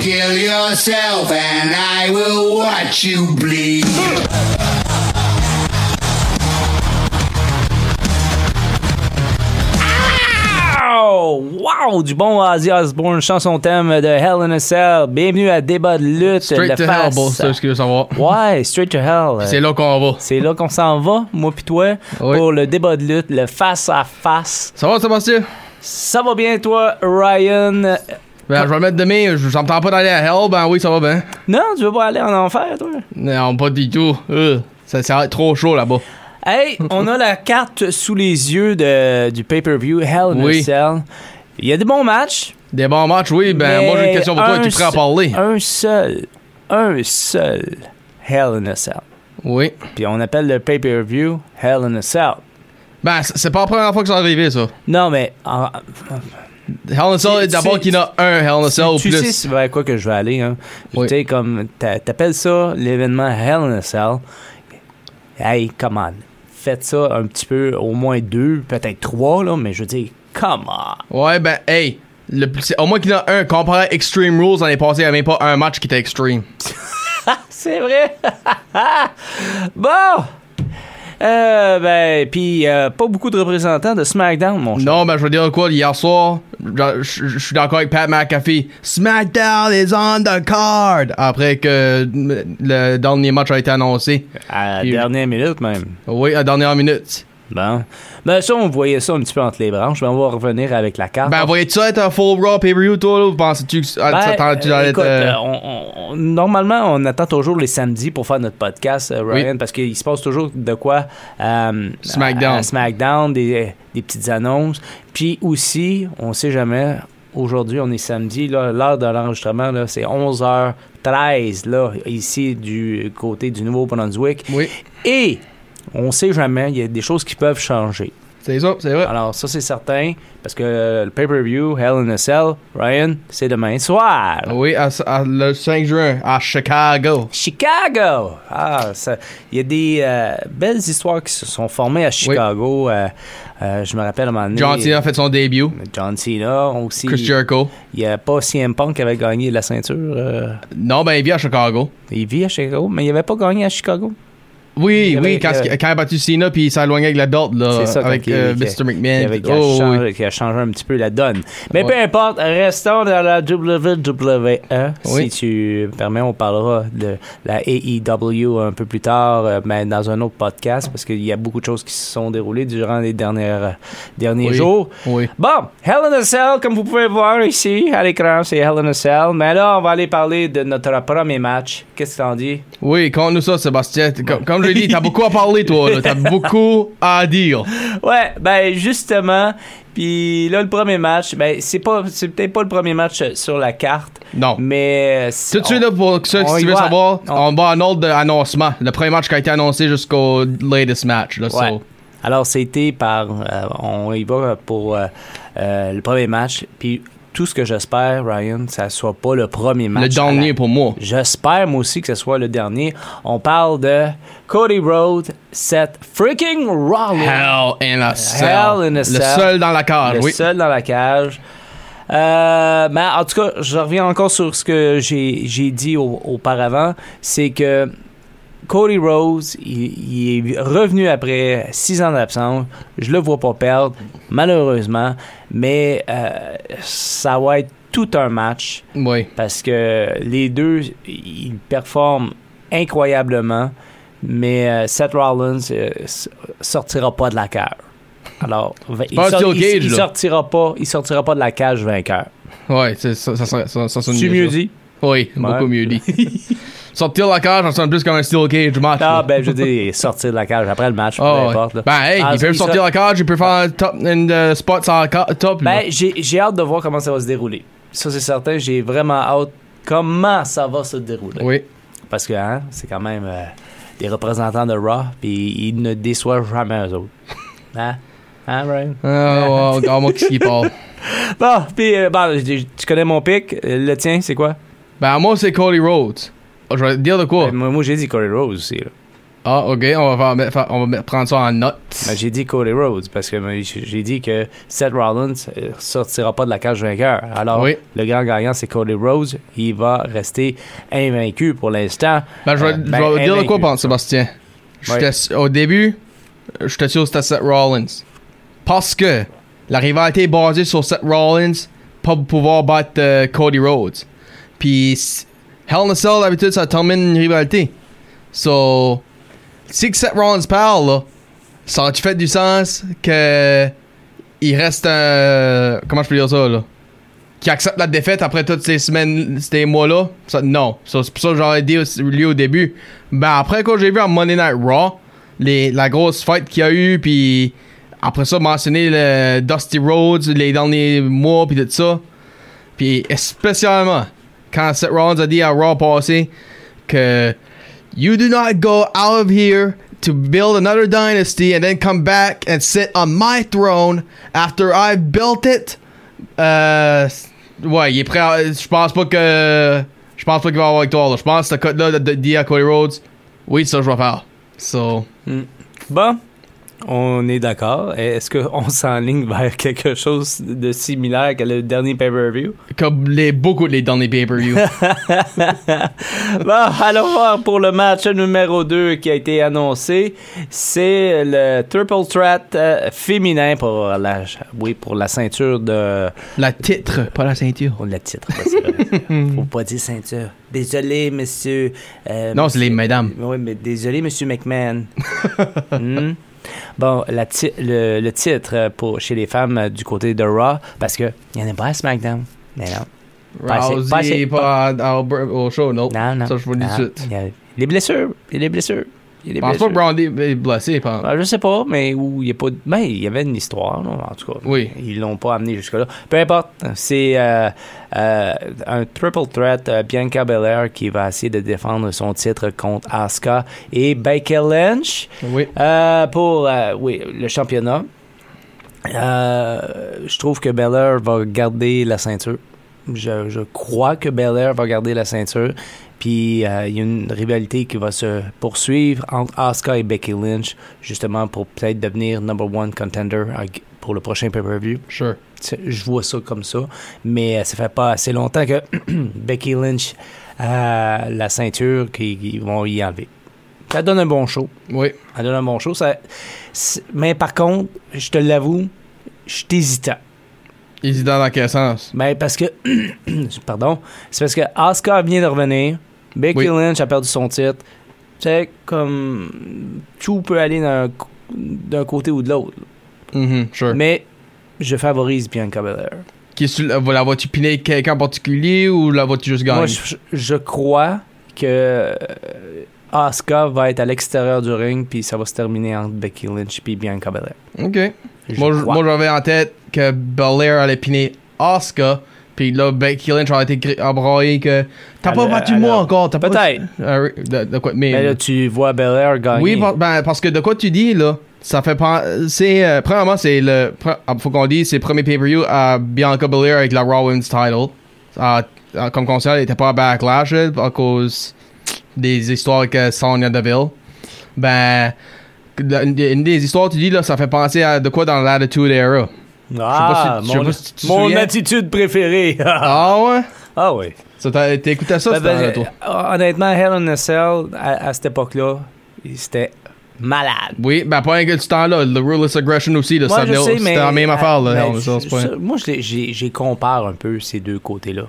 kill yourself and I will watch you bleed. Wow! Wow! Du bon Ozzy Osbourne, chanson thème de Hell in a Cell. Bienvenue à Débat de lutte. Straight le to face. hell, boss, c'est ce que je veux savoir. Ouais, straight to hell. C'est là qu'on va. C'est là qu'on s'en va, moi pis toi, Oui. pour le débat de lutte, le face-à-face. Ça va, Sébastien? Ça va bien, toi, Ryan? Ben, je vais mettre demain, je, ça me tente pas d'aller à Hell, ben oui, ça va bien. Non, tu veux pas aller en enfer, toi? Non, pas du tout. Euh, ça, ça va être trop chaud là-bas. Hey, on a la carte sous les yeux de, du pay-per-view Hell in Oui. a Cell. Il y a des bons matchs. Des bons matchs, oui, ben mais moi j'ai une question pour toi, un tu prêt à se- parler? Un seul, un seul Hell in a Cell. Oui. Puis on appelle le pay-per-view Hell in a Cell. Ben, c- c'est pas la première fois que ça va arriver, ça. Non, mais en- Hell in a Cell, C'est- d'abord c'est- qu'il y en a un Hell in a Cell ou tu sais plus. c'est vers quoi que je vais aller. Hein. Oui. Tu sais, comme t'a- t'appelles ça l'événement Hell in a Cell. Hey, come on. Faites ça un petit peu, au moins deux, peut-être trois, là, mais je veux dire, come on. Ouais, ben, hey, le plus- c'est- au moins qu'il y en a un. Comparé à Extreme Rules, l'année passée, il n'y avait même pas un match qui était extreme. C'est vrai. bon. Euh, ben, puis euh, pas beaucoup de représentants de SmackDown, mon cher. Non, ben, je veux dire quoi, hier soir, je je- je suis d'accord avec Pat McAfee. SmackDown is on the card! Après que le dernier match a été annoncé. À la Puis- dernière minute, même. Oui, à la dernière minute. Bon. Ben, ça, on voyait ça un petit peu entre les branches. Ben, on va revenir avec la carte. Ben, voyais-tu ça être un full Raw pay-per-view, toi, là? Ou pensais-tu que Ah. ah, Ben, t'attendais-tu euh, d'aller être, écoute, euh, euh, on- on- on- normalement, on attend toujours les samedis pour faire notre podcast, euh, Ryan, parce qu'il se passe toujours de quoi euh, SmackDown. à- à SmackDown, des, des petites annonces. Puis aussi, on sait jamais, aujourd'hui, on est samedi, là, l'heure de l'enregistrement, là, c'est 11h13, là, ici, du côté du Nouveau-Brunswick. Oui, Et on sait jamais, il y a des choses qui peuvent changer. c'est ça, c'est vrai. Alors, ça, c'est certain, parce que euh, le pay-per-view, Hell in a Cell, Ryan, c'est demain soir. Oui, à- à- le 5 juin, à Chicago. Chicago! Ah, ça- il y a des euh, belles histoires qui se sont formées à Chicago. Euh, euh, je me rappelle à un moment donné. John Cena a fait son début. John Cena aussi. Chris Jericho. Il n'y a pas CM Punk qui avait gagné la ceinture. euh, Non, ben, il vit à Chicago. il vit à Chicago, mais il n'avait pas gagné à Chicago. Il y Oui, avait- oui, quand, il y avait- quand il a battu Cena, puis il s'est éloigné avec la belt, là, C'est ça, quand avec il- euh, qu'il- Mr. Il McMahon. avait- qui, a Oh, oui. changé, qui a changé un petit peu la donne. Mais Ouais. peu importe, restons dans la WWE. Si Oui. tu permets, on parlera de la AEW un peu plus tard, euh, mais dans un autre podcast, parce qu'il y a beaucoup de choses qui se sont déroulées durant les dernières, euh, derniers Oui. jours. Oui. Bon, Hell in a Cell, comme vous pouvez voir ici à l'écran, c'est Hell in a Cell. Mais là, on va aller parler de notre premier match. Qu'est-ce que t'en dis? Oui, compte-nous ça, Sébastien. T'es- Comme, comme je l'ai dit, t'as beaucoup à parler, toi. là. T'as beaucoup à dire. Ouais, ben justement, puis là le premier match, ben c'est pas c'est peut-être pas le premier match euh, sur la carte, Non. mais euh, c'est- Tout de suite, là, on- pour ceux on qui y veulent va. savoir, On- on va en ordre d'annoncement. Le premier match qui a été annoncé jusqu'au latest match. Là, Ouais. so. Alors c'était par euh, on y va pour euh, euh, le premier match, puis tout ce que j'espère Ryan, ça soit pas le premier match. Le à la- dernier pour moi. J'espère moi aussi que ce soit le dernier. On parle de Cody Rhodes, Seth freaking Rollins. Hell in a cell. Hell in a le cell. seul dans la cage, le oui. seul dans la cage. Euh, mais en tout cas, je reviens encore sur ce que j'ai j'ai dit au- auparavant, c'est que Cody Rhodes, il, il est revenu après six ans d'absence. Je le vois pas perdre, malheureusement, mais euh, ça va être tout un match Oui. parce que les deux, ils performent incroyablement, mais euh, Seth Rollins euh, s- sortira pas de la cage. Alors, va- il, penses sort- au il- cage, il là? sortira pas, il sortira pas de la cage vainqueur. Ouais, c'est- ça, ça, ça, ça, ça sonne Tu mieux. mieux ça. dit Oui, beaucoup mieux dit. Sortir la cage, ça sonne plus comme un steel cage match. Ah là. ben je dis sortir de la cage après le match, Ah, peu ouais. importe. là. Ben, hey, Ah, ils peuvent il sortir sera- la cage, ils peuvent faire un top and euh, spot sur la ca- top. là. Ben j'ai j'ai hâte de voir comment ça va se dérouler. Ça c'est certain, j'ai vraiment hâte comment ça va se dérouler. oui. Parce que hein, c'est quand même euh, des représentants de Raw, puis ils ne déçoivent jamais eux autres. Hein? Hein, Brian? Ah, ouais, regarde moi qu'est-ce qui parle. Bon, puis euh, bon, je- tu connais mon pic. euh, Le tien, c'est quoi? Ben, moi, c'est Cody Rhodes. Je vais te dire de quoi. Oh. Ben, moi, moi, j'ai dit Corey Rose aussi. là. Ah, ok, on va, faire- faire- on va mettre- prendre ça en note. Ben, j'ai dit Cody Rhodes parce que ben, j'ai j'ai dit que Seth Rollins euh, sortira pas de la cage vainqueur. Alors, Oui. le grand gagnant, c'est Cody Rhodes. Il va rester invaincu pour l'instant. Ben, je vais, Euh, ben, je vais dire de invaincu. quoi pense Sébastien. J'étais s- Au début, euh, j'étais sûr que c'était Seth Rollins. Parce que la rivalité est basée sur Seth Rollins pas pouvoir battre euh, Cody Rhodes. Puis s- Hell in a Cell, d'habitude, ça termine une rivalité. So, si que Seth Rollins parle, là, ça tu fait du sens que il reste un. Comment je peux dire ça, là? Qui accepte la défaite après toutes ces semaines, ces mois-là? Ça, non. Ça, c'est pour ça que j'aurais dit aussi- lui au début. Ben, après, quand j'ai vu à Monday Night Raw, les, la grosse fight qu'il y a eu, puis après ça, mentionner le Dusty Rhodes, les derniers mois, puis tout ça. Puis spécialement, quand Seth Rollins a dit à Raw passé que You do not go out of here to build another dynasty and then come back and sit on my throne after I built it. Euh, ouais, il est prêt. à- Je pense pas que. Je pense pas qu'il va avoir victoire. là. Je pense que ce code-là de, de dire à Cody Rhodes, oui, ça je vais faire. So. Bon, on est d'accord. Est-ce qu'on s'enligne vers quelque chose de similaire que le dernier pay-per-view? Comme les, beaucoup les derniers pay-per-view. bon, allons voir pour le match numéro 2 qui a été annoncé. C'est le Triple Threat euh, féminin pour la, oui, pour la ceinture de... la titre, pas la ceinture. On le titre, parce que faut pas dire ceinture. Désolé, monsieur. euh, Non, c'est les mesdames. Oui, mais désolé, monsieur McMahon. Hmm. Bon, la ti- le, le titre euh, pour, chez les femmes euh, du côté de Raw, parce qu'il n'y en a pas à SmackDown. Mais non. Pas assez- pas assez- Rousey, pas à- à Albert- au show, non. Non, non. Oh, Ça, je vous le dis Non. tout de suite. Il y a les blessures. Il y a les blessures. Il y a Je des pense pas blessures. que Brandy est blessé. Pas... Ah, je sais pas, mais où il y a pas. de- Ben, il y avait une histoire, là, en tout cas. Oui. Ils l'ont pas amené jusque-là. Peu importe. C'est euh, euh, un triple threat. euh, Bianca Belair qui va essayer de défendre son titre contre Asuka et Becky Lynch Oui. euh, pour euh, oui, le championnat. Euh, je trouve que Belair va garder la ceinture. Je, je crois que Belair va garder la ceinture. Puis euh, il y a une rivalité qui va se poursuivre entre Asuka et Becky Lynch, justement pour peut-être devenir number one contender à- pour le prochain pay-per-view. Sure. C'est- Je vois ça comme ça. Mais euh, ça fait pas assez longtemps que Becky Lynch a la ceinture qu'ils qu'ils vont y enlever. Ça donne un bon show. Oui. Elle donne un bon show. Ça... c'est- Mais par contre, je te l'avoue, je suis hésitant. Il est dans la caissance. Mais parce que. Pardon. C'est parce que Asuka vient de revenir. Becky Oui. Lynch a perdu son titre. Tu sais, comme. Tout peut aller d'un co- d'un côté ou de l'autre. Mhm, sure. Mais je favorise Bianca Belair. Qu'est-ce que tu- la vois-tu piner quelqu'un en particulier ou la vois-tu juste gagner? Moi, je, je crois que euh, Asuka va être à l'extérieur du ring, puis ça va se terminer entre Becky Lynch et Bianca Belair. Ok. Je Moi, je- crois. moi, j'avais en tête que Belair allait piner Asuka. Puis là, Becky Lynch aurait été gri- embroyée que T'as pas Elle- battu elle- moi encore. t'as pas- Peut-être. Ah oui, de, de quoi? Mais, Mais là, tu vois Belair gagner. Oui, par- ben, parce que de quoi tu dis, là, ça fait penser. euh, premièrement, c'est le. pre- ah, Faut qu'on dise, c'est le premier pay-per-view à Bianca Belair avec la Raw Women's title. Ah, ah, comme concert, elle n'était pas à Backlash là, à cause des histoires avec euh, Sonya Deville. Ben. la- Une des une des histoires, tu dis, là, ça fait penser à de quoi dans l'Attitude Era. Ah, Je sais pas si- je sais mon, pas si tu te mon souviens. attitude préférée. ah Ah ouais? oui. Ben, euh, Ça, t'as- T'écoutais ça, c'était dans l'auto. honnêtement, Hell in a Cell, à, à cette époque-là, c'était malade. Oui, ben, pas rien que du temps, là. Le Ruthless Aggression aussi, là, Moi, ça je venait- sais, c'était mais- la même ah, affaire, là. mais Non, ça, c'est pas- ça, moi, je les- j'ai j'ai compare un peu ces deux côtés-là.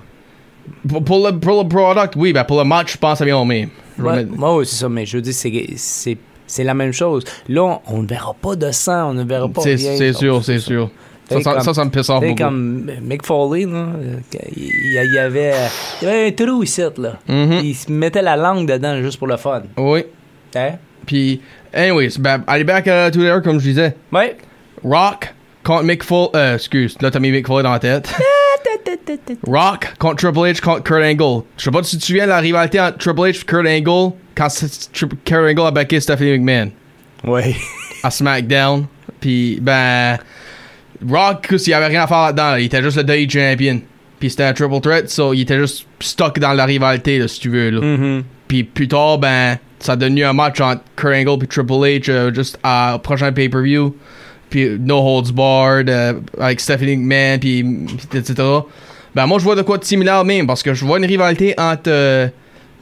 Pour, pour le, pour le product, oui, ben pour le match, je pense que ça vient au même. Je vais Ouais, mettre- moi, oui, c'est ça, mais je veux dire, c'est- c'est c'est la même chose. Là, on- on ne verra pas de sang, on ne verra pas c'est rien. c'est Donc, sûr, c'est sûr. Ça, T'sais, ça, comme- ça, ça me pisse off T'sais, beaucoup. comme Mick Foley, là, euh, il il y avait, il y avait un trou ici, là. Mhm. Il se mettait la langue dedans juste pour le fun. Oui. Hein? Puis, anyways, ben, allez back euh, à Twitter, comme je disais. Ouais. Rock contre Mick Foley. Euh, excuse, là, t'as mis Mick Foley dans la tête. Rock contre Triple H contre Kurt Angle. Je sais pas si tu te souviens de la rivalité entre Triple H et Kurt Angle quand c'est- Tri- Kurt Angle a backé Stephanie McMahon. Ouais. à SmackDown. Puis, ben, Rock, il avait rien à faire là-dedans. là. Il était juste le Day Champion. Puis c'était un triple threat, so il était juste stuck dans la rivalité, là, si tu veux. Là. Puis plus tard, ben, ça a devenu un match entre Kurt Angle et Triple H, euh, juste à au prochain pay-per-view. Puis No Holds Barred, euh, avec Stephanie McMahon, puis puis etc. Ben, moi, je vois de quoi de similaire même, parce que je vois une rivalité entre euh,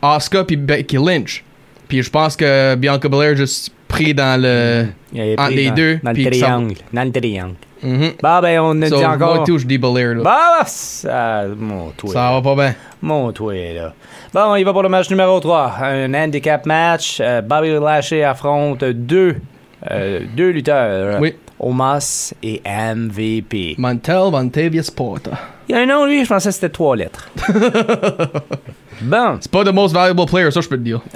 Asuka et Becky Lynch. Puis je pense que Bianca Belair est juste pris dans le. Il avait Entre pris les dans, deux, Dans puis le que ça- triangle. Dans le triangle. Mhm. Bah, ben, on a So, dit Moi, encore. tout, je dis Belair, là. Bah, ça. Mon toi. Ça va pas bien. Mon toi, là. Bon, il va pour le match numéro 3. Un handicap match. Euh, Bobby Lashley affronte deux, euh, deux lutteurs. Oui. Omas et MVP. Mantel, Montavious Porter. Il y a un nom, lui, je pensais que c'était trois lettres. bon. C'est pas the most valuable player, ça je peux te dire.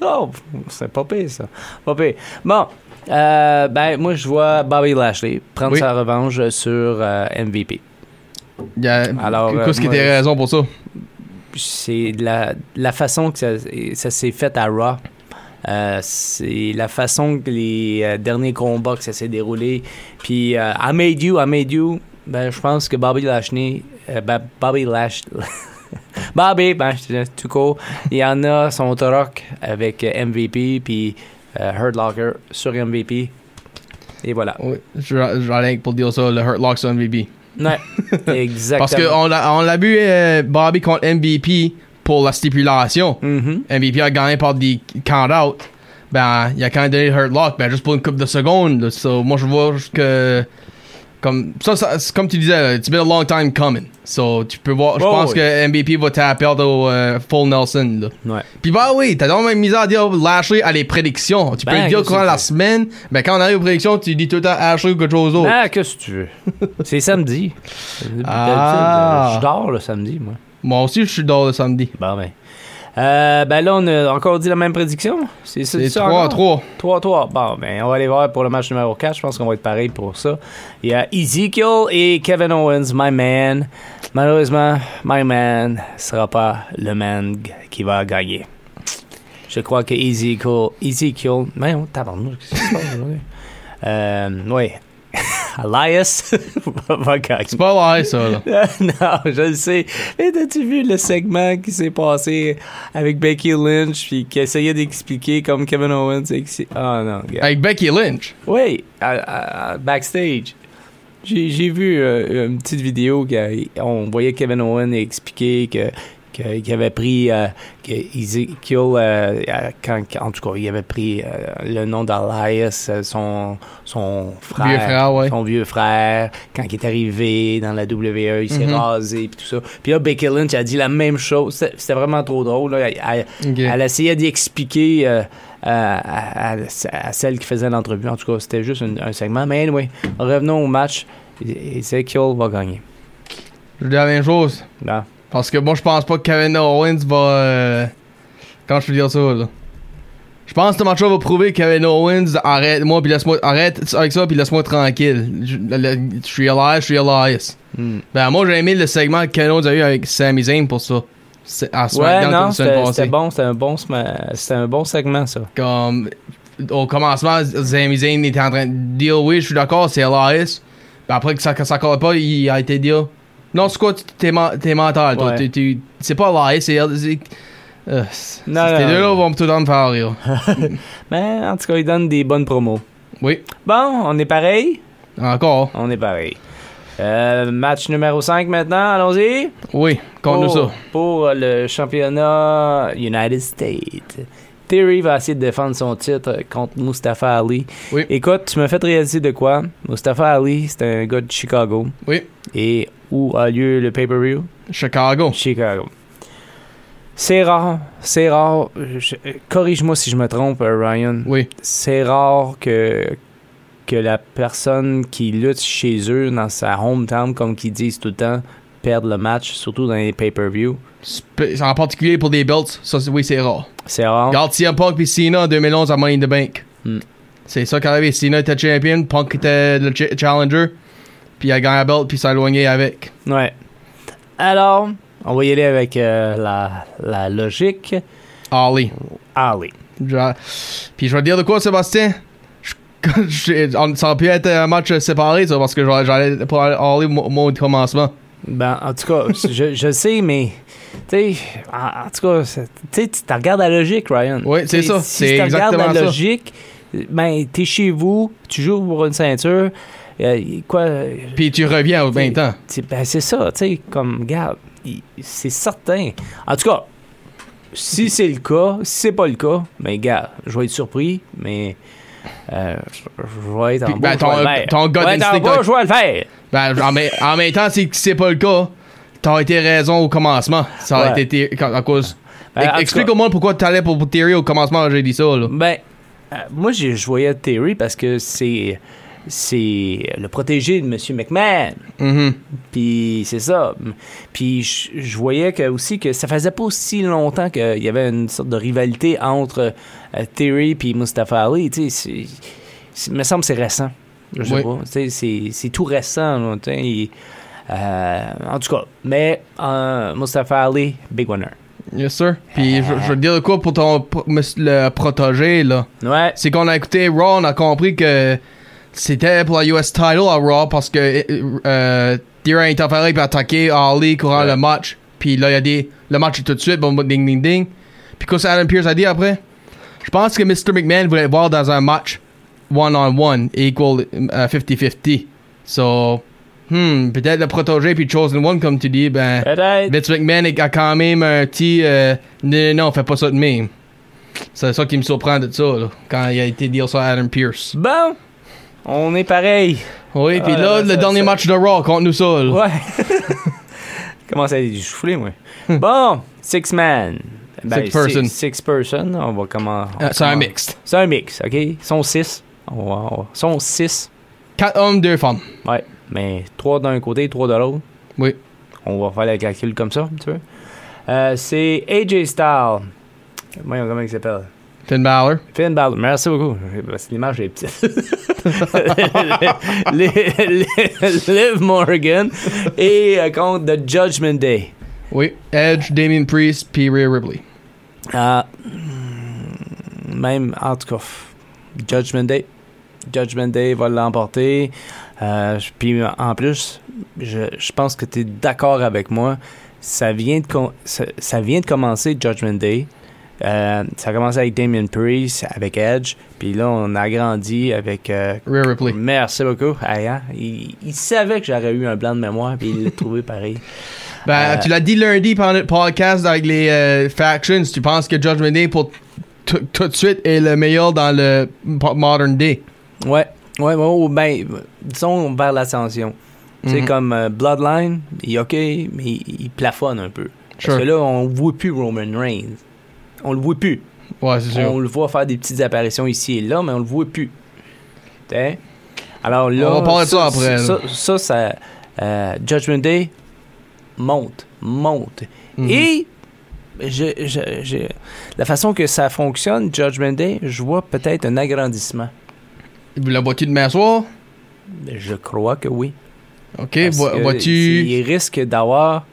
Oh, c'est pas pire, ça. Pas pire. Bon. euh, ben, moi, je vois Bobby Lashley prendre Oui. sa revanche sur euh, MVP. Il y a- Alors, euh, Qu'est-ce qui moi, était je- raison pour ça? c'est de la, de la façon que ça, ça s'est fait à Raw. Euh, c'est la façon que les euh, derniers combats que ça s'est déroulé. Puis euh, I made you, I made you. Ben, je pense que Bobby Lashley, euh, ben, Bobby Lash, Bobby, ben, je te dis tout court, il y en a son troc avec euh, MVP puis euh, Hurt Locker sur MVP. Et voilà. Oui, je- J'en ai pour dire ça, le Hurt Lock sur MVP. Ouais, exactement. Parce qu'on l'a on l'a vu euh, Bobby contre MVP pour la stipulation. Mhm. MVP a gagné par des count-out. Ben, il a quand même donné le Hurt Lock, ben, juste pour une couple de secondes. là. So, moi je vois que. Comme, ça, ça- c'est comme tu disais, là, it's been a long time coming. So, tu peux voir, je Oh, pense oui. que MVP va taper au euh, full Nelson. Là. Ouais. Puis bah oui, t'as donc même mis à dire Lashley à les prédictions. Tu peux Ben, le dire qu'est-ce au courant que de la tu semaine, mais quand on arrive aux prédictions, tu dis tout le temps Ashley ou quelque chose d'autre. Ah, qu'est-ce que tu veux? C'est samedi. D'habitude, Ah. euh, Je dors le samedi, moi. Moi aussi, je suis dehors le samedi. Bon, ben. Euh, ben là, on a encore dit la même prédiction. C'est ça, C'est ça 3 à encore? 3. 3-3. Bon, ben, on va aller voir pour le match numéro 4. Je pense qu'on va être pareil pour ça. Il y a Ezekiel et Kevin Owens, my man. Malheureusement, my man sera pas le man g- qui va gagner. Je crois que Ezekiel. Ezekiel. Mais on tabarnouche, qu'est-ce qui se passe aujourd'hui? Euh, oui. Elias va- va gagner. C'est pas vrai, ça. Là. Euh, non, je le sais. Mais t'as-tu vu le segment qui s'est passé avec Becky Lynch puis qui essayait d'expliquer comme Kevin Owens ex- Ah non, gars. Avec Becky Lynch. Oui, à- à- à- backstage. J'ai j'ai vu euh, une petite vidéo qu'on voyait Kevin Owens expliquer que que- qu'il avait pris euh, que Ezekiel euh, euh, quand, quand- en tout cas il avait pris euh, le nom d'Alias euh, son son frère, Vieux frère, ouais. son vieux frère quand il est arrivé dans la WE il s'est Mhm. rasé puis tout ça puis là Becky Lynch a dit la même chose C'était- c'était vraiment trop drôle là. Elle- elle- Ok. elle essayait d'expliquer euh, à, à- à- à celle qui faisait l'entrevue. En tout cas, c'était juste un, un segment. Mais anyway, revenons au match. Ezekiel va gagner. Je dis la même chose. Là. Parce que moi, je pense pas que Kevin Owens va. euh, Comment je peux dire ça, là? Je pense que match va prouver que Kevin Owens arrête, moi, puis laisse-moi, arrête avec ça, puis laisse-moi tranquille. Je le- je suis Elias, je suis Elias. Hmm. Ben, moi, j'ai aimé le segment que Kevin Owens a eu avec Sami Zayn pour ça. C'est- À Ouais, non, SmackDown, la semaine c'était c'était passée. bon, c'était un bon, sema- c'était un bon segment, ça. Comme, au commencement, Sami Zayn était en train de dire oui, je suis d'accord, c'est Elias. Ben, après que ça, que ça colle pas, il a été dire non, c'est quoi, tu- t'es men- t'es mental, toi. Ouais. t'es- t'es- C'est pas Elias, c'est. c'est- euh, c'est- Non, ces non, deux-là non. vont tout le temps me faire rire. Mais en tout cas, il donne des bonnes promos. Oui, Bon, on est pareil. encore. On est pareil. Euh, match numéro 5 maintenant, allons-y. Oui, contre Pour- ça. Pour le championnat United States. Theory va essayer de défendre son titre contre Mustafa Ali. Oui. Écoute, tu m'as fait réaliser de quoi? Mustafa Ali, c'est un gars de Chicago. Oui. Et où a lieu le pay-per-view? Chicago. Chicago. C'est rare, c'est rare. Je- euh, Corrige-moi si je me trompe, euh, Ryan. Oui, C'est rare que, que la personne qui lutte chez eux dans sa hometown, comme qu'ils disent tout le temps, perde le match, surtout dans les pay-per-view. Sp- en particulier pour des belts, ça, c'est- oui, c'est rare. C'est rare. Regarde CM Punk et Cena en 2011 à Money in the Bank. Hmm. C'est ça qui est arrivé. Cena était champion, Punk était le ch- challenger, puis il a gagné la belt, puis il s'est éloigné avec. Ouais. Alors, on va y aller avec euh, la, la logique. Ah Ali. Allez. Je- Puis je vais te dire de quoi, Sébastien? Je- j'ai- on- Ça aurait pu être un match séparé, ça, parce que j'allais j'allais pour Ali moi moi, au commencement. Ben, en tout cas, je, je sais, mais. Tu sais, en, en tout cas, c'est- tu sais, tu t'en regardes la logique, Ryan. Oui, c'est Tu sais, ça, Si c'est tu regardes la exactement ça. logique, ben, t'es chez vous, tu joues pour une ceinture, euh, quoi. euh, Puis tu reviens au t'sais, 20 ans. t'sais, Ben, c'est ça, tu sais, comme, regarde, il- c'est certain. En tout cas, si c'est le cas, si c'est pas le cas, ben, gars, je vais être surpris, mais. euh, je- je vais être en bas, Puis, ben, je ton- vais le faire. ton Je vais gut être en instinct, bas, t'as- je vais le faire. Ben, en, mai- en même temps, si c'est pas le cas, t'as été raison au commencement. Ça a Ouais. été quand- à cause. Ben, en tout Explique cas- au monde pourquoi t'allais pour, pour Theory au commencement, j'ai dit ça. Là. Ben, euh, moi, j'ai- je voyais Terry parce que c'est c'est le protégé de M. McMahon. Mhm. Puis c'est ça. Puis je je voyais que, aussi que ça faisait pas aussi longtemps qu'il y avait une sorte de rivalité entre euh, Terry puis Mustafa Ali. Tu sais, c'est- c'est- me semble que c'est récent. Je sais Oui. pas. Tu sais, c'est- c'est tout récent. là, tu sais, il- euh, en tout cas, mais euh, Mustafa Ali, big winner. Yes, sir. Puis je, je veux te dire de quoi pour ton pour me- le protéger, là. Ouais. C'est qu'on a écouté Raw, on a compris que c'était pour la US title à Raw parce que euh, euh, Theory a interféré puis a attaqué Ali courant Ouais. le match. Puis là, il a dit le match est tout de suite, bon, ding ding ding. Puis qu'est-ce que Adam Pierce a dit après Je pense que Mr. McMahon voulait voir dans un match one-on-one equal euh, 50-50. So, hmm, peut-être le protéger puis Chosen One, comme tu dis, ben. Peut-être. Vince McMahon a quand même un petit. euh, non, non, non, fais pas ça de même. C'est ça qui me surprend de ça, là, quand il a été dire ça à Adam Pierce. Bon, on est pareil. Oui, Ah, puis là, là, le ça- dernier ça- match de Raw, contre nous ça. là. Ouais. Commence à déchouffler, moi. bon, six man. Hmm. Ben, Six person. Six, six person, on va comment. on Euh, C'est un commence. mixte. C'est un mix, ok? Ils sont six. On va- on va- Ils sont six. Quatre hommes, deux femmes. Ouais. Mais trois d'un côté, trois de l'autre. Oui. On va faire le calcul comme ça, tu veux? Euh, c'est AJ Styles. Voyons comment il s'appelle. Finn Balor. Finn Balor, merci beaucoup. Parce que L'image est petite. Liv- Liv Liv Morgan et euh, contre The Judgment Day. Oui. Edge, Damien Priest, puis Rhea Ripley. Ah, mm, même, en tout cas, pff, Judgment Day. Judgment Day va l'emporter. Euh, je- Puis en plus, je, je pense que tu es d'accord avec moi. Ça vient, de com- ça, ça vient de commencer Judgment Day. Euh, ça a commencé avec Damien Priest, avec Edge. Puis là, on a grandi avec. euh, Rhea Ripley. Merci beaucoup. Hey, hein, Il, il savait que j'aurais eu un blanc de mémoire, puis il l'a trouvé pareil. Euh, Ben, tu l'as dit lundi pendant le podcast avec les euh, factions. Tu penses que Judgment Day pour tout tout de suite est le meilleur dans le po- modern day. Ouais, ouais, ouais, ouais, ben, disons vers l'ascension. Tu sais, Mhm. comme euh, Bloodline, il est OK, mais il, il plafonne un peu. Parce Sure. que là, on voit plus Roman Reigns. On le voit plus. Ouais, c'est sûr. On le voit faire des petites apparitions ici et là, mais on le voit plus. T'sais? Alors là, On va parler de ça après, Ça, ça, ça, euh, Judgment Day monte, monte. Mhm. Et je- je- je- la façon que ça fonctionne, Judgment Day, je vois peut-être un agrandissement. La vois-tu demain soir? Je crois que oui. Ok, Parce vois- que vois-tu. Il risque d'avoir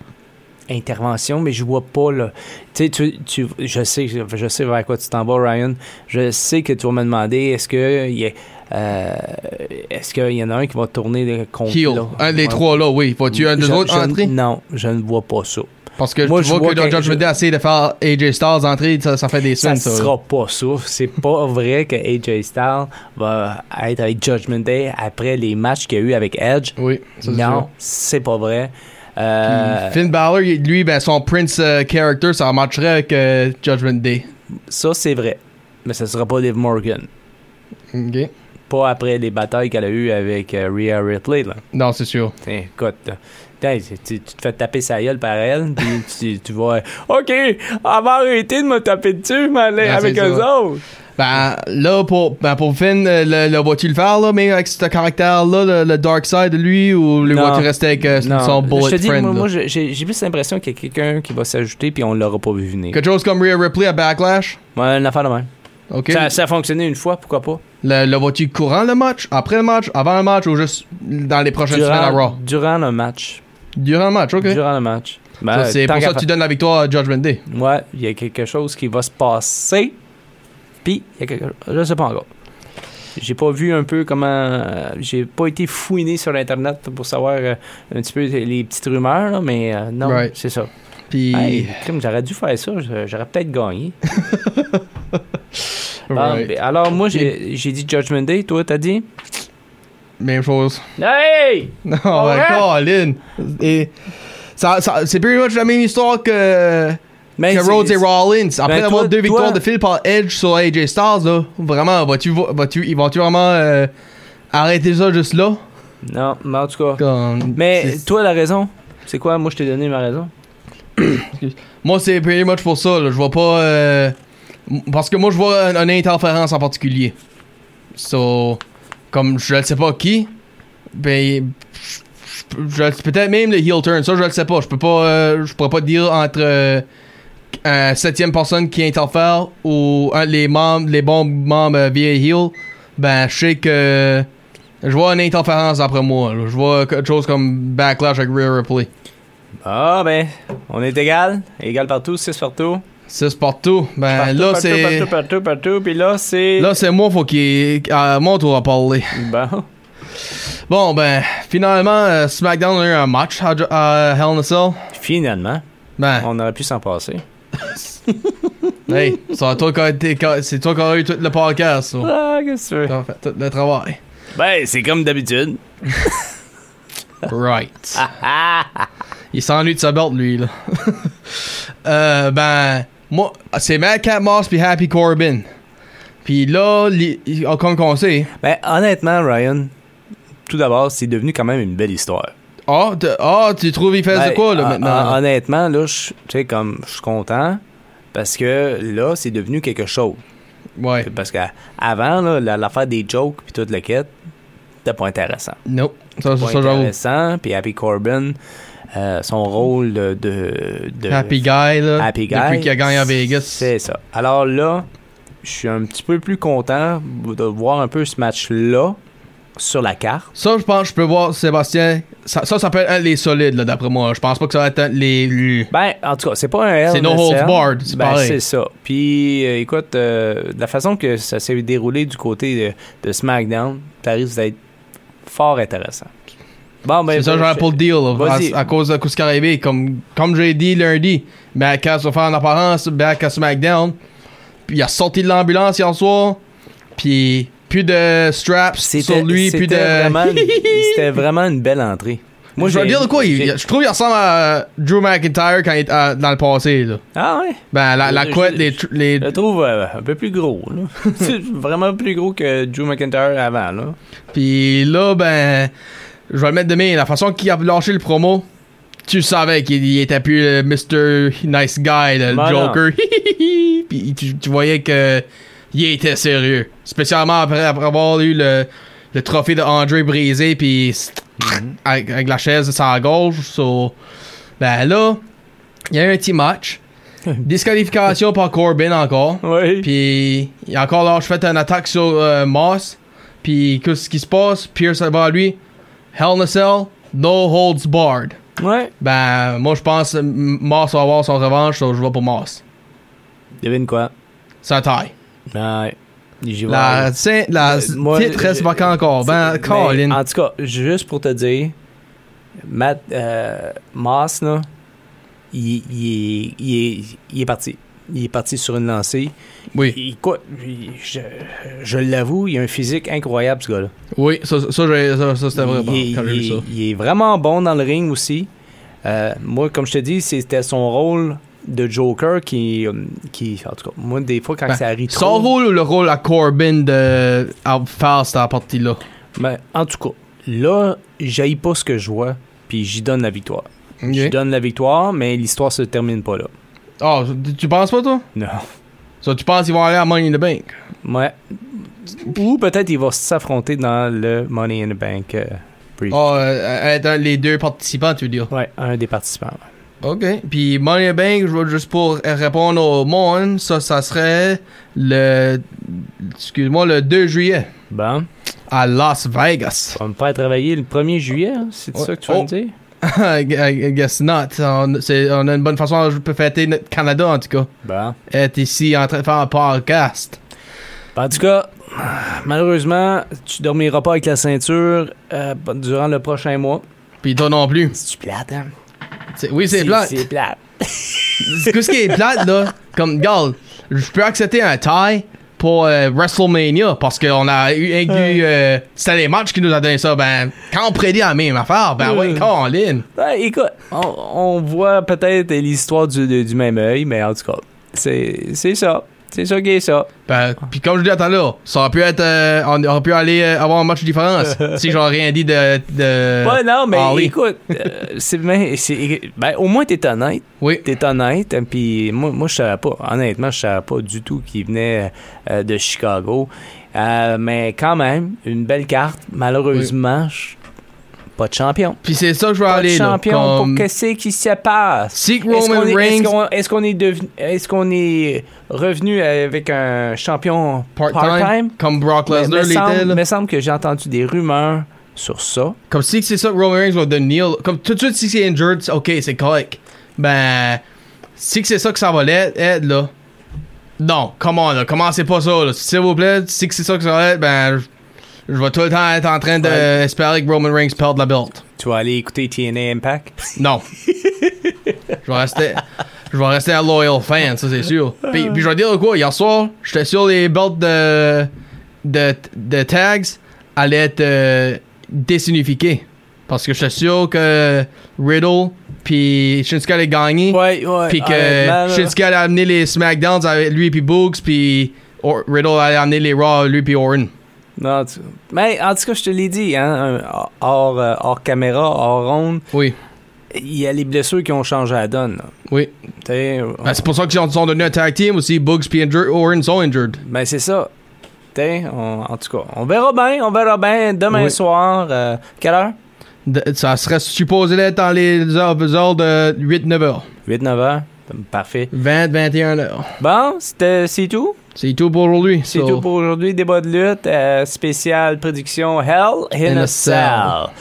intervention, mais je vois pas le. Tu sais, tu, tu- je sais, je sais vers quoi tu t'en vas, Ryan. Je sais que tu vas me demander est-ce que il y a, euh, est-ce qu'il y en a un qui va tourner le compte Heel. là? Un des Ouais. trois là, oui. Vois-tu un des Je- autres je- entrer? Non, je ne vois pas ça. Parce que Moi, tu je vois, vois que John qu'un- Judgment Day a essayé de faire AJ Styles entrer, ça, ça fait des Ça semaines, ne ça. sera pas ça. C'est pas vrai que AJ Styles va être avec Judgment Day après les matchs qu'il y a eu avec Edge. Oui, ça c'est non, sûr. c'est pas vrai. Euh, Finn Balor, il- lui, ben, son Prince euh, character, ça matcherait avec euh, Judgment Day. Ça, c'est vrai. Mais ce sera pas Liv Morgan. Ok. Pas après les batailles qu'elle a eues avec euh, Rhea Ripley. Là. Non, c'est sûr. Tiens, Écoute, là. Tiens, c'est- tu, tu te fais taper sa gueule par elle, puis tu, tu vas. OK, elle va arrêter de me taper dessus, mais elle est Ah, avec c'est eux ça. autres. Ben là, pour, ben, pour Finn, euh, le, le vois-tu le faire, là, mais avec ce caractère-là, le, le Dark Side de lui, ou le Non. vois-tu rester avec euh, Non, son Bullet je te dis, Friend? moi, là? moi, j'ai- j'ai j'ai plus l'impression qu'il y a quelqu'un qui va s'ajouter, puis on l'aura pas vu venir. Quelque chose comme Rhea Ripley à Backlash? Ouais, une affaire de même. Ok. Ça, ça a fonctionné une fois, pourquoi pas? Le, le vois-tu courant le match, après le match, avant le match, ou juste dans les prochaines semaines à Durant, Raw? durant le match. Durant le match, ok. Durant le match. Ben, Ça, c'est tant pour qu'à ça que tu donnes la victoire à Judgment Day. Ouais, il y a quelque chose qui va se passer. Puis, il y a quelque chose. Je sais pas encore. J'ai pas vu un peu comment. euh, J'ai pas été fouiné sur Internet pour savoir euh, un petit peu les petites rumeurs, là, mais euh, non, Right. c'est ça. Puis. Hey, crime, j'aurais dû faire ça, je- j'aurais peut-être gagné. Ah, Right. ben, alors, moi, j'ai j'ai dit Judgment Day, toi, t'as dit Même chose. Hey Non, ouais? ben, Colin. Et. Ça, ça, c'est pretty much la même histoire que, Mais que Ben, c'est- Rhodes et Rollins. Après Ben, d'avoir toi- deux victoires toi- de fil par Edge sur AJ Styles, là, vraiment, vas-tu, vas-tu, ils vont-tu vraiment euh, arrêter ça juste là? Non, mais en tout cas. Comme, Mais c'est- toi, la raison, c'est quoi Moi, je t'ai donné ma raison. Moi, c'est pretty much pour ça. là. Je vois pas. euh, m- Parce que moi, je vois une, une interférence en particulier. So. Comme je ne sais pas qui. Ben. je- je- je- Peut-être même le heel turn. Ça, je le sais pas. Je peux pas. euh, je pourrais pas te dire entre. Euh, un septième personne qui interfère ou un, les membres, les bons membres euh, via heel. Ben, je sais que. Je vois une interférence après moi. là. Je vois quelque chose comme Backlash avec Rear Ripley. Ah, ben, on est égal. Égal partout, 6 partout. 6 partout. Ben, Partout, là, partout, c'est. Partout, partout, partout. Puis là, c'est. Là, c'est moi, faut qu'il. à mon tour à parler. Bon. Bon, ben, finalement, euh, SmackDown a eu un match à, Jo- à Hell in a Cell. Finalement, Ben, on aurait pu s'en passer. Oh. hey, c'est toi qui a été- qui a- c'est toi qui as eu tout le podcast. ça. Ah, qu'est-ce que tu T'as fait tout le travail. veux? Ben, c'est comme d'habitude. Right. Ah, ah. Il s'ennuie de sa belt, lui, là. Euh, ben, moi, c'est Madcap Moss puis Happy Corbin. Puis là, li- ah, comme qu'on sait. Ben, honnêtement, Ryan, tout d'abord, c'est devenu quand même une belle histoire. Ah, t'as- ah, tu trouves il fait Ben, de quoi, là, hon- maintenant? hon- Honnêtement, là, je- tu sais, comme, je suis content parce que là, c'est devenu quelque chose. ah. ouais. Parce qu'avant, l'affaire des jokes puis toute la quête, c'était pas intéressant. Nope. Ah, Ça, ça, Pas ça, j'avoue. intéressant. Puis Happy Corbin, euh, son rôle de, de- de- Happy Guy, là. Happy Guy, Depuis qu'il a gagné à Vegas. C'est ça. Alors là, je suis un petit peu plus content de voir un peu ce match-là sur la carte. Ça, je pense que je peux voir, Sébastien. Ça, ça, ça peut être un des solides, là, d'après moi. Je pense pas que ça va être un les. les- Ben, en tout cas, c'est pas un Hell C'est in no a holds Cell. barred, c'est ben, pareil. c'est ça. Puis, euh, écoute, euh, de la façon que ça s'est déroulé du côté de, de SmackDown, ça risque d'être fort intéressant. Bon, ben, c'est ça, ben, j'aurais je- pas le deal, là, Vas-y. à, à cause de Cous Caribé. Comme, comme j'ai dit lundi, ben, quand ça va faire en apparence, back à SmackDown, puis il a sorti de l'ambulance hier soir, puis plus de straps C'était sur lui, c'était plus de. vraiment- C'était vraiment une belle entrée. Moi, je j'ai- vais dire de quoi. il- j'ai- il- je trouve qu'il ressemble à Drew McIntyre quand il est à- dans le passé, là. Ah ouais? Ben, la, la Je- couette, je- les. tr- les Je le trouve euh, un peu plus gros. là. C'est vraiment plus gros que Drew McIntyre avant. Là. Puis là, ben, je vais le mettre demain. La façon qu'il a lâché le promo, tu savais qu'il il était plus le Mr. Nice Guy, le Ben Joker. Puis tu, tu voyais que il était sérieux. Spécialement après, après avoir eu le, le trophée de André brisé, puis avec, avec la chaise sur la gorge. So, ben là, il y a eu un petit match. Disqualification par Corbin encore. Oui. Puis il a encore là, je fais une attaque sur euh, Moss. Puis qu'est-ce qui se passe? Pierce va à lui. Hell in a Cell, no holds barred. ouais. Ben, moi je pense que M- Moss va avoir son revanche, donc je vais pour Moss. Devine quoi? Ben, Ça taille. Ouais. J'y vais. La, cin- la Euh, c- moi, titre reste je- vacant encore. Ben, Mais Colin. En tout cas, juste pour te dire, Matt euh, Moss, là, il, il est- il est- il est parti. Il est parti sur une lancée. Oui, Il- quoi, il- je je l'avoue, il a un physique incroyable, ce gars-là. oui, ça, ça, j'ai- ça, ça, c'était vrai. bon, il, est- quand j'ai vu il est- ça. il est vraiment bon dans le ring aussi. Euh, moi, comme je te dis, c'était son rôle de Joker qui, euh, qui en tout cas, moi, des fois, quand Ben, ça arrive Son trop... rôle ou le rôle à Corbin de à faire cette partie-là? Ben, en tout cas, là, j'aille pas ce que je vois, puis j'y donne la victoire. J'y Ok. donne la victoire, mais l'histoire se termine pas là. Ah, tu- tu penses pas, toi? Non. Ça, tu penses qu'ils vont aller à Money in the Bank? Ouais. Ou peut-être il va s'affronter dans le Money in the Bank. euh, brief. Ah, euh, être un- les deux participants, tu veux dire. Ouais, un des participants. ouais. OK. Puis Money in the Bank, je veux juste pour répondre au monde, ça, ça serait le... Excuse-moi, le 2 juillet Bon, à Las Vegas. on va pas travailler le 1er juillet, hein? c'est Ouais. ça que tu veux Oh. me dire? I I guess not. On, c'est- on a une bonne façon de fêter notre Canada, en tout cas. Bon. Être ici en train de faire un podcast. En tout cas, Malheureusement, tu dormiras pas avec la ceinture euh, durant le prochain mois. Puis toi non plus. C'est plate, hein? C'est- Oui, c'est plate. C'est plate. Qu'est-ce qui est plate, là? Comme, regarde, je peux accepter un tie pour euh, WrestleMania parce qu'on a eu. un- eu, euh, C'était les matchs qui nous a donné ça. Ben, quand on prédit la même affaire, ben Ouais. oui, quand en ligne. Ouais, écoute, on, on voit peut-être l'histoire du, du- du même œil, mais en tout cas, c'est c'est ça. C'est ça qui est ça. Ben, Puis comme je dis, attends là, ça aurait pu être. euh, on aurait pu aller euh, avoir un match de différence si j'aurais rien dit de. de ouais, non, mais Euh, Harley. écoute, euh, c'est ben, c'est- ben, au moins, t'es honnête. Oui. T'es honnête, hein, puis moi, moi je savais pas, honnêtement, je savais pas du tout qu'il venait euh, de Chicago. Euh, mais quand même, une belle carte. Malheureusement, je- pas de champion. Puis c'est ça que je veux Pas de aller. là, champion. comme- Pour qu'est-ce qui se passe? Si que Est-ce Roman qu'on est, est-ce Reigns, qu'on- est-ce qu'on est, devenu- est-ce qu'on est revenu avec un champion part-time, part-time? comme Brock Mais- Lesnar mais semble- l'était, là. me semble que j'ai entendu des rumeurs sur ça. Comme si c'est ça que Roman Reigns va devenir. là. Comme tout de suite, si c'est injured, c'est- ok, c'est correct. Ben, si que c'est ça que ça va l'être, être, là. Non, comment là, commencez pas ça, là. S'il vous plaît, si que c'est ça que ça va être, ben, je- je vais tout le temps être en train Ouais. d'espérer que Roman Reigns perde la belt. Tu vas aller écouter TNA Impact? Non. je vais rester. Je vais rester un loyal fan, ça c'est sûr. Puis, puis je vais dire quoi, hier soir, j'étais sur les belts de, de, de tags allaient être euh, désignifiés. Parce que j'étais sûr que Riddle puis Shinsuke allaient gagner. Ouais, ouais. Puis honnêtement, que là. Shinsuke allait amener les SmackDowns avec lui puis Boogs puis Or- Riddle allait amener les Raw lui puis Orton. Non, tu- Mais en tout cas, je te l'ai dit, hein, un- hors, euh, hors caméra, hors ronde, Oui, il y a les blessures qui ont changé la donne. là. oui. Tu sais, on- Ben, c'est pour ça qu'ils ont, sont devenus un tag team aussi. Boogs puis Injur- Orton sont injured. Ben, c'est ça. Tu sais, on- en tout cas, on verra bien, on verra bien demain Oui. soir. euh, quelle heure? De- ça serait supposé être dans les heures, les heures de 8-9 heures. 8-9 heures. Parfait. 20-21 heures. Bon, c'était- c'est tout. C'est tout pour aujourd'hui. C'est So, tout pour aujourd'hui. Débat de lutte, euh, spécial prédiction Hell in, In a, a Cell.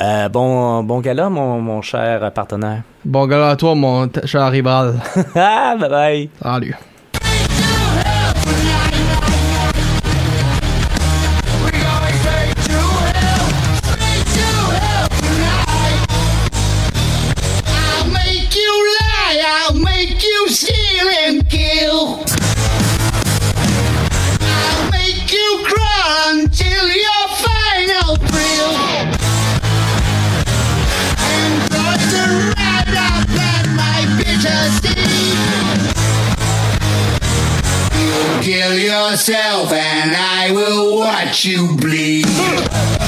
Euh, bon, bon gala, mon, mon cher partenaire. Bon gars à toi, mon t- cher rival. Ah, bye bye. Salut. I'll make you lie, I'll make you steal and kill. I'll make you crawl until your final thrill. And drive the ride up that my bitter steed. You kill yourself and I will watch you bleed.